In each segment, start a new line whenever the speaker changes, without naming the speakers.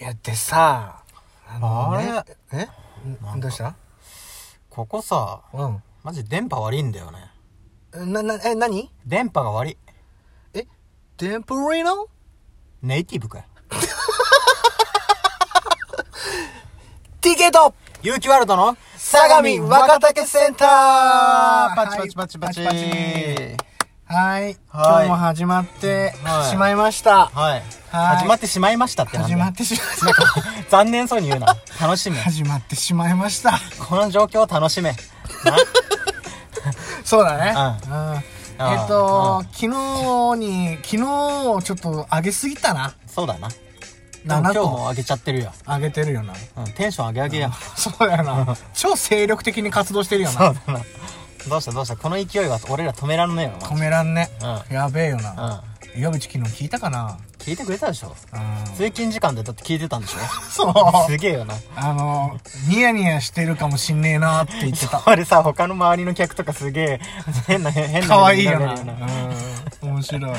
いや、でさ、あ
あ
ね、え
なんか
どうした
ここさ
うん。
マジ電波悪いんだよね
な、な、え、何
電波が悪い
え、テンポリノ
ネイティブかよ
ティケット
勇気ワールドの
相模若竹センター
パチパチパチパチ
はいはい。今日も始まって
はい
しまいました。
はい
はい
始まってしまいましたってなんだ
始
よ
まってしまいまし
なんか 残念そうに言うな楽しめ
た。始まってしまいました。
この状況を楽しめ
そうだね。
う
うん
うん
えっと、昨日に、昨日ちょっと上げすぎたな。
そうだな
だ
今
な
日
と。
も上げちゃってるよ、
上げてるよな。
うん、テンション上げ上げや
そうやな。超精力的に活動してるよ
そ
な。
うだなどうしたどうしたこの勢いは俺ら止めらんねえよ
止めらんね。
う
やべえよ
お前
な。
うん
岩渕昨日聞いたかな
聞いてくれたでしょ
うん。
通勤時間でだって聞いてたんでしょ
そう。
すげえよな。
あの、ニヤニヤしてるかもしんねえなって言ってた。
あれさ、他の周りの客とかすげえ、変な、変な。
かわいいよな。
う
うん。面 白い。
ん。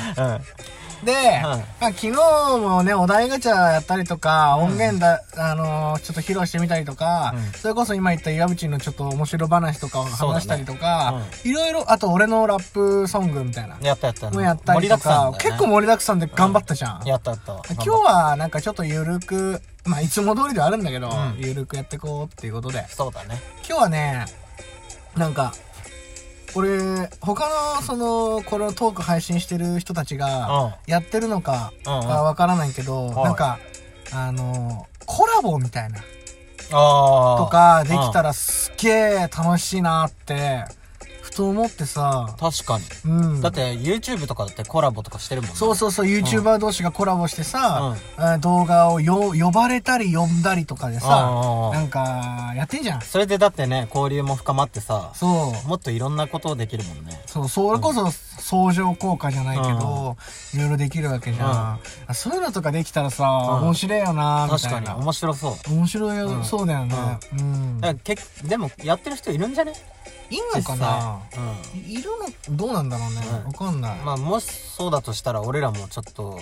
で、まあ昨日もね、お題ガチャやったりとか、音源だ、あのーちょっと披露してみたりとか、
うん
それこそ今言った岩渕のちょっと面白話とかを
そうだ
話
ね
したりとか、いろいろ、あと俺のラップソングみたいな、
やったやった。
もうやった
盛
り
り
と
だくさん
か、
だよね。
結構盛りだくさんで頑張ったじゃん。
やったやった。
今日はなんかちょっとゆるく、まあいつも通りではあるんだけど、
ん
ゆるくやってこうっていうことで、
そうだね。
今日はねなんか俺他のそのこのトーク配信してる人たちがやってるのか
うんうん
はわからないけど、
はい
なんかあのコラボみたいな
ああ。
とかできた
ら。
らすっげえ楽しいなってふと思ってさ、
確かに。
うん、
だって YouTube とかだってコラボとかしてるもんね。
そうそうそう YouTuber 同士がコラボしてさ、あ動画をよ呼ばれたり呼んだりとかでさ、
あ
な
あ。
んかやってんじゃん
それでだってね、交流も深まってさ、
そう
もっといろんなことできるもんね。
そう、それこそ相乗効果じゃないけど、いろいろできるわけじゃん。あそういうのとかできたらさ、
ん
面白いよなみ
確
た
か
い
に。
な。
面白そう。
面白いよ、そうだよね。うん。
だからけでも、やってる人いるんじゃね
いいのかな
実際うん。
いるの、どうなんだろうね。
うん
わかんない。
まあもしそうだとしたら俺らもちょっと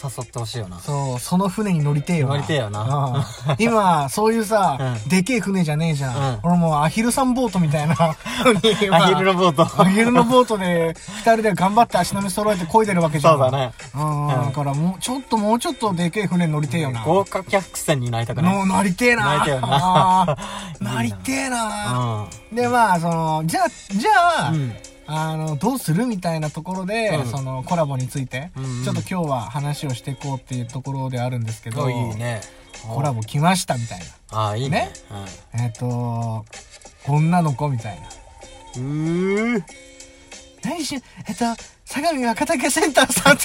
誘ってほしいよな
そう、その船に乗りてえよな。
乗りてえよな
うん。今、そういうさ、
うん
でけえ船じゃねえじゃん。
うん
俺もうアヒルさんボートみたいなのに。今
アヒル のボート
アヒルのボートで、二人で頑張って足並み揃えて漕いでるわけじゃん。
そうだね
うん。だからもう、ちょっともうちょっとでけえ船乗りてえよな。
豪華客船になりたくない
のなりてえな
なりてえよな
あー
いいな
なりてえな
う
でまあそのじゃあじゃあ、
うん
あのどうするみたいなところで、
うん
そのコラボについて、
うんうん
ちょっと今日は話をしていこうっていうところであるんですけど
んいいね
コラボ来ましたみたい
ああいいね
ねなえっ、と女の子みたいな
うんうー
何しえっと相模若竹センターさんって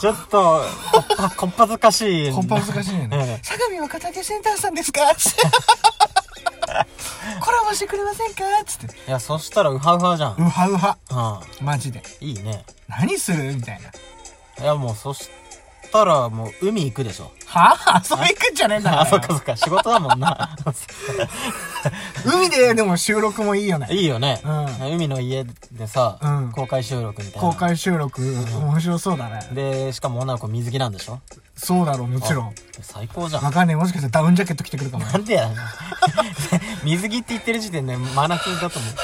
ちょっとこっぱ こっぱずかしい
コンパ難しいよ
うん
ね相模若竹センターさんです かつってコラボしてくれませんかつって
いやそしたらウハウハじゃん
ウハウハ
う
マジで
んいいね
何するみたいない
やもうそしたらもう海行くでしょ
はあ遊び行くんじゃねえんだ
あ
から
そっかそっか仕事だもんな
海ででも収録もいいよね
いいよね
う
海の家でさ
うん
公開収録みたいな
公開収録面白そうだね
でしかも女の子水着なんでしょ
そうだろうもちろん
最高じゃん
わかんねえもしかしたらダウンジャケット着てくるかも
なん でや水着って言ってる時点で真夏だと思う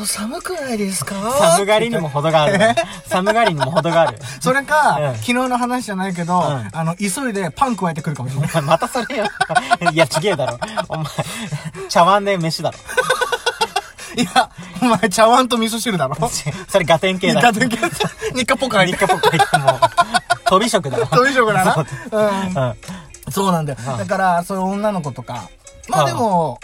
今日寒くないですか
寒がりにも程がある寒がりにも程がある
それか、
うん
昨日の話じゃないけど、あの急いでパン加えてくるかもしれない
またそれよいやちげえだろお前茶碗で飯だろ
いやお前茶碗と味噌汁だろ
それガテン系だ
ガテン系だニッカポカ
ニ
リ
ッカポカリもう飛び食だろ
そういう食だなうん
うん
そうなんだよ。だから、そういう女の子とか。ま
う
あ
ん
でも、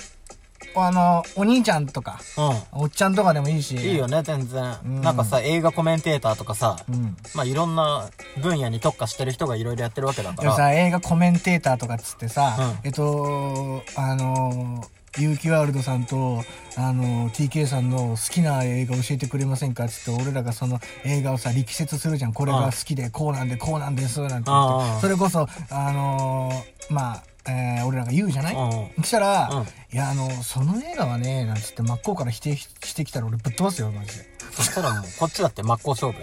あの、お兄ちゃんとか、
う
おっちゃんとかでもいいし。
んいいよね全然、
うん
なんかさ映画コメンテーターとかさ、
うん。
まあいろんな分野に特化してる人がいろいろやってるわけだか
でも
ら
さ、映画コメンテーターとかっつってさ、
う
えっと、あの、結城ワールドさんと、あの、TK さんの好きな映画教えてくれませんかっつって、俺らがその映画をさ、力説するじゃん。これが好きで、こうなんで、こうなんです、なんて言っ
うん
て。それこそ、あの、まあ、えー俺らが言うじゃない
うん
そしたら、
うん
いや、あの、その映画はね、なんつって真っ向から否定ししてきたら俺ぶっ飛ばすよ、マジで。
そしたらもうこっちだって真っ向勝負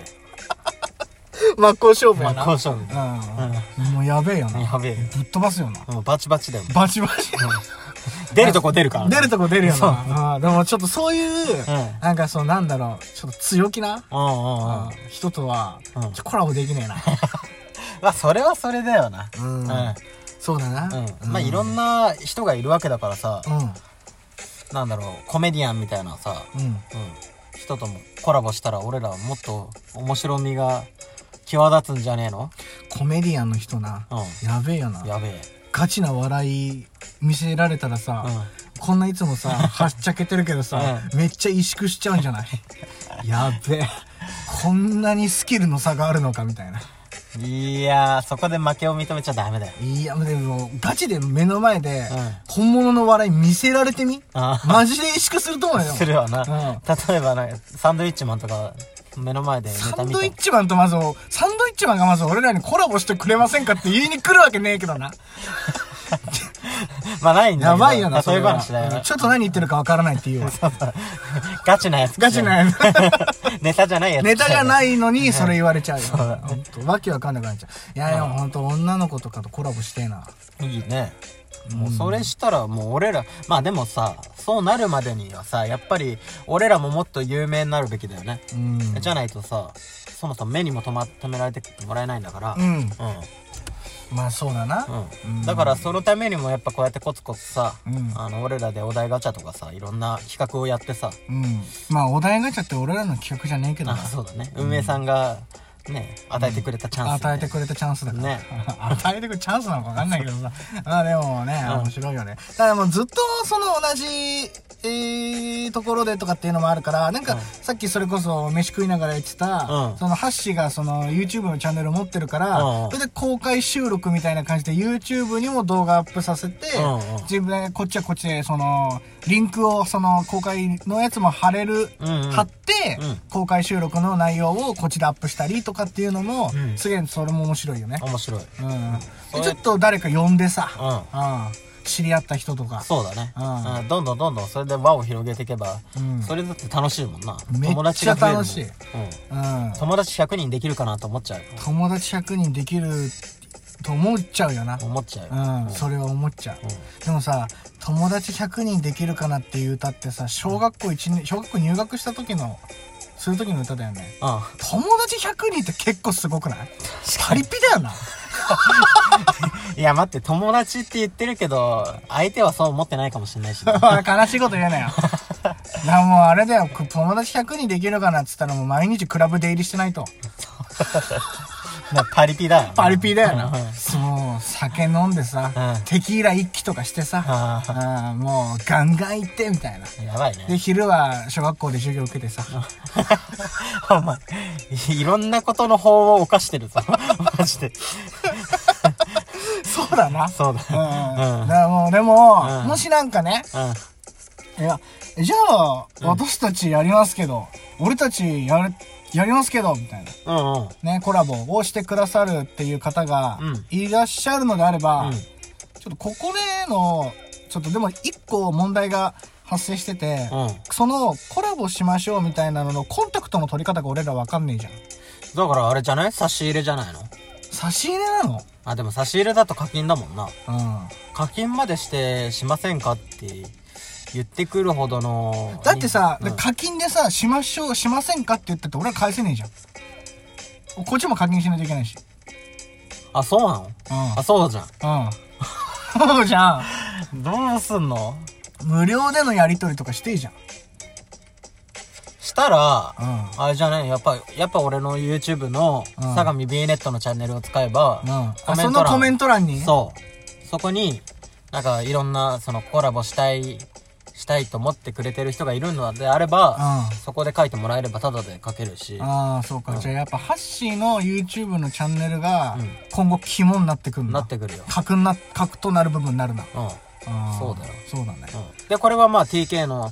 真っ向勝負や
まあ、
な。
交渉部。
うん。もうやべえよな。
やべえよ
ぶっ飛ばすよな。
うん、バチバチだよ。
バチバチ。
出るとこ出るから。
出るとこ出るよ
そう
な。うんでもちょっとそういう、
ん
なんかそのなんだろう、ちょっと強気な、
うんうんうん。
うん人とは、
うん
ちょコラボでき ねえな。
まあ、それはそれだよな。
うん
うん。
そうだな。
うん。まあ、いろんな人がいるわけだからさ、
う
なんだろう、コメディアンみたいなさ、
ん。うん。
うん。人ともコラボしたら、俺らもっと面白みが際立つんじゃねえの
コメディアンの人な。
う。。
やべえよなん
やべえ。
ガチな笑い見せられたらさ、こんないつもさ、はっちゃけてるけどさ、めっちゃ萎縮しちゃうんじゃないやべえ。こんなにスキルの差があるのかみたいな。
うん。いやー、そこで負けを認めちゃダメだよ。
いや、でも、ガチで目の前で
うん、
本物の笑い見せられてみ
あー
マジで萎縮すると思うよ。
するわ
う
な。
ん
例えばなんか、サンドウィッチマンとか、目の前でネ
サ
タ
ン
見
ド
て
イッ。チマンとまず、サンドイッチマンがまず俺らにコラボしてくれませんかって言いに来るわけねえけどな。
まあ、ないんだけど。
やばいよな、
そういう
れは
話だよ
う。
なん
ちょっと何言ってるかわからないっていうわ。
ガチなやつ。
ガチなやつ。
ネタじゃないや つ。。
ネタじゃないいのにそれ言われちゃうよ。
そうだね
ほんとわけわかんなくなっちゃう。いや、でもほんと女の子とかとコラボしてえな。
いいね。もうそれしたらもう俺ら、まあでもさ、そうなるまでにはさ、やっぱり俺らももっと有名になるべきだよね。
うん。
じゃないとさ、そもそも目にも止ま、止められてもらえないんだから。
う
うん。
ん。まあそうだな。
うん。だからそのためにもやっぱこうやってコツコツさ、
うん
あの俺らでお題ガチャとかさ、いろんな企画をやってさ、
うん。まあお題ガチャって俺らの企画じゃねえけど
あ
な。
そうだね。運営さんがね、与えてくれたチャンス、
与えてくれたチャンスだから。
ね
与えてくれたチャンスなのか分かんないけどさ。まあでもね、面白いよね。ただもうずっとその同じ、えーところでとかっていうのもあるから、なんか、さっきそれこそ飯食いながら言ってた、
うん
そのハッシーがその YouTube のチャンネルを持ってるから、
うんうん
それで公開収録みたいな感じで YouTube にも動画アップさせて、
うんうん
自分でこっちはこっちでその、リンクをその公開のやつも貼れる、
うんうん
貼って、
うん
公開収録の内容をこっちでアップしたりとかっていうのも、
うん
すげえそれも面白いよね。
面白い。
うん。
う
で
ん
ちょっと誰か呼んでさ、
うん
うん知り合った人とか。
そうだね、
うん
うんどんどんどんどんそれで輪を広げていけば、
うん
それだって楽しいもんな
めっちゃ
友達が増えるもん
楽しい
う
う
ん、
ん。
友達100人できるかなと思っちゃう
友達100人できると思っちゃうよな。
思っちゃう、
うん、それは思っちゃう、でもさ友達100人できるかなっていう歌ってさ小学校1年小学校入学した時のそういう時の歌だよね
あ
友達100人って結構すごくないパリピだよな
いや待って友達って言ってるけど相手はそう思ってないかもしれないし
悲しいこと言うなよ なもうあれだよく友達100人できるかなっつったらもう毎日クラブ出入りしてないと
なパリピだよな
パリピだよな
うん
もう酒飲んでさ
うん
テキーラ一気とかしてさ
あ
あもうガンガン行ってみたいな
ーやばい
で
ね
昼は小学校で授業受けてさ
お前いろんなことの法を犯してるさ マジで
そうだな。
そうだ
うん。だ
うん
からもう、でも、
うん
もしなんかね、
うん
いや、じゃあ、私たちやりますけど、俺たちやる、やりますけど、みたいな。
うんうん
ね、コラボをしてくださるっていう方が
うん
いらっしゃるのであれば、
うん
ちょっとここでの、ちょっとでも一個問題が発生してて、
うん
そのコラボしましょうみたいなののコンタクトの取り方が俺らわかんねえじゃん。
だからあれじゃない差し入れじゃないの
差し入れなの
あでも差し入れだと課金だもんな
うん。
課金までしてしませんかって言ってくるほどの
だってさ、
うん
課金でさ、しましょう、しませんかって言ったって俺は返せねえじゃん。こっちも課金しないといけないし。
あそうなのあ
う
そうじゃ
ん。うん。 そうじゃん。
んどうすんの
無料でのやりとりとかしていいじゃん。
したら、
う
あれじゃないやっぱやっぱ俺の YouTube の
うん
相模 B ネットのチャンネルを使えば、
うん。あ、そのコメント欄に
そうそこになんかいろんなそのコラボしたいしたいと思ってくれてる人がいるのであれば、
うん
そこで書いてもらえればタダで書けるし
ああ、そうか。じゃあやっぱ、ハッシーの YouTube のチャンネルが
うん、
今後肝になってくんだ。
なってくるよ
核にな、核となる部分になるな。
うん
あー
そうだよ
そうだね。
うんでこれはまあ TK の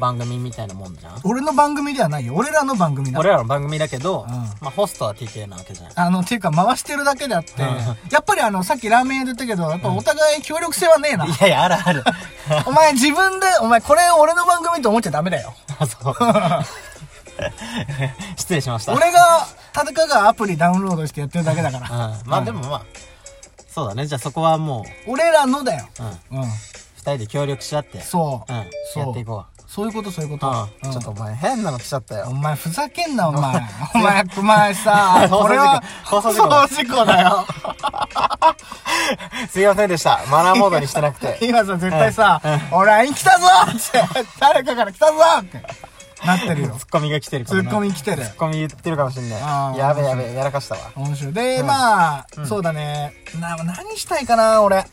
番組みたいなもんじゃん
俺の番組ではないよ。俺らの番組な。
俺らの番組だけ
う
ど、
ん
まあホストは TK なわけじゃん
あの、ていうか回してるだけであって、
ん
やっぱりあの、さっきラーメン屋で言ったけど、やっぱお互い協力性はねえな。
いやいやあるあ る
お前自分で、お前これ俺の番組と思っちゃダメだよ。
あそう 失礼しました
俺がただかがアプリダウンロードしてやってるだけだから
うん、まあでもまあそうだねじゃあそこはも
俺らのだよ
う、うん、2
うん
人で協力し合って
そう、
うん、
そう
やっていこう
そういうことそういうこと、
うんちょっとお前変なの来ちゃった
お
よ
前ふざけんなお前お前お前さこれは
放送事故放
事故だよ
すいませんでしたマナーモードにしてなく て
今さ絶対さ「俺 LINE 来たぞ!」 って「誰かから来たぞ!」ってなってるよ
ツッコミが来てるか
ツ
もな
ッコミ来てる
ツッコミ言ってるかもしん
あ
な
ー
いやべえやべえやらかしたわ
面白いで、まあ、そうだねな何したいかな俺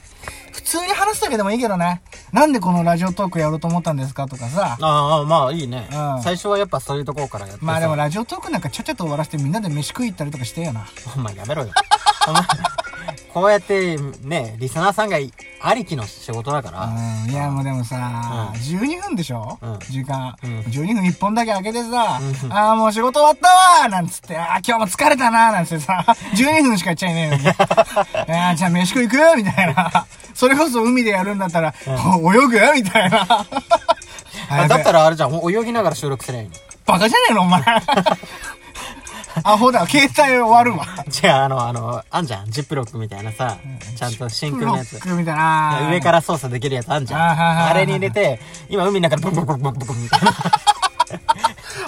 普通に話すだけでもいいけどねなんでこのラジオトークやろうと思ったんですかとかさ
ああまあいいね、
うん
最初はやっぱそういうところからやってさ
まあでもラジオトークなんかちゃちゃと終わらせてみんなで飯食い行ったりとかしてよな
お前やめろよ お前こうやってねリスナーさんがいありきの仕事だから、
うんいやもうでもさ、
うん
12分でしょ、
うん
時間、
うん
12分1本だけ開けてさ、ああもう仕事終わったわーなんつって、ああ今日も疲れたなーなんつってさ、12分し かやっちゃいねえのに、あーじゃあ飯食い行くみたいな。それこそ海でやるんだったら、お泳ぐみたいな。
あだった
ら、
らあれじゃんお泳ぎながら収録すりゃいいの
バカじゃねえのお 前。アホだ、携帯終わるわ。
じゃああのあのあんじゃんジップロックみたいなさ、ちゃんと真空のやつ
ロックみたいな。
上から操作できるやつあんじゃん
あーはいはいはい
あれに入れて今海の中でブンブンブンブンブンブンみたいな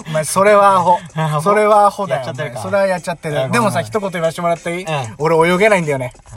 お前、それはア
アホ
ホ。それはアホだよ。
やっちゃってるか
お前それはやっちゃって
あごめ
る。
ん
でもさ、一言言わせてもらっていい
ん
俺泳げないんだよね。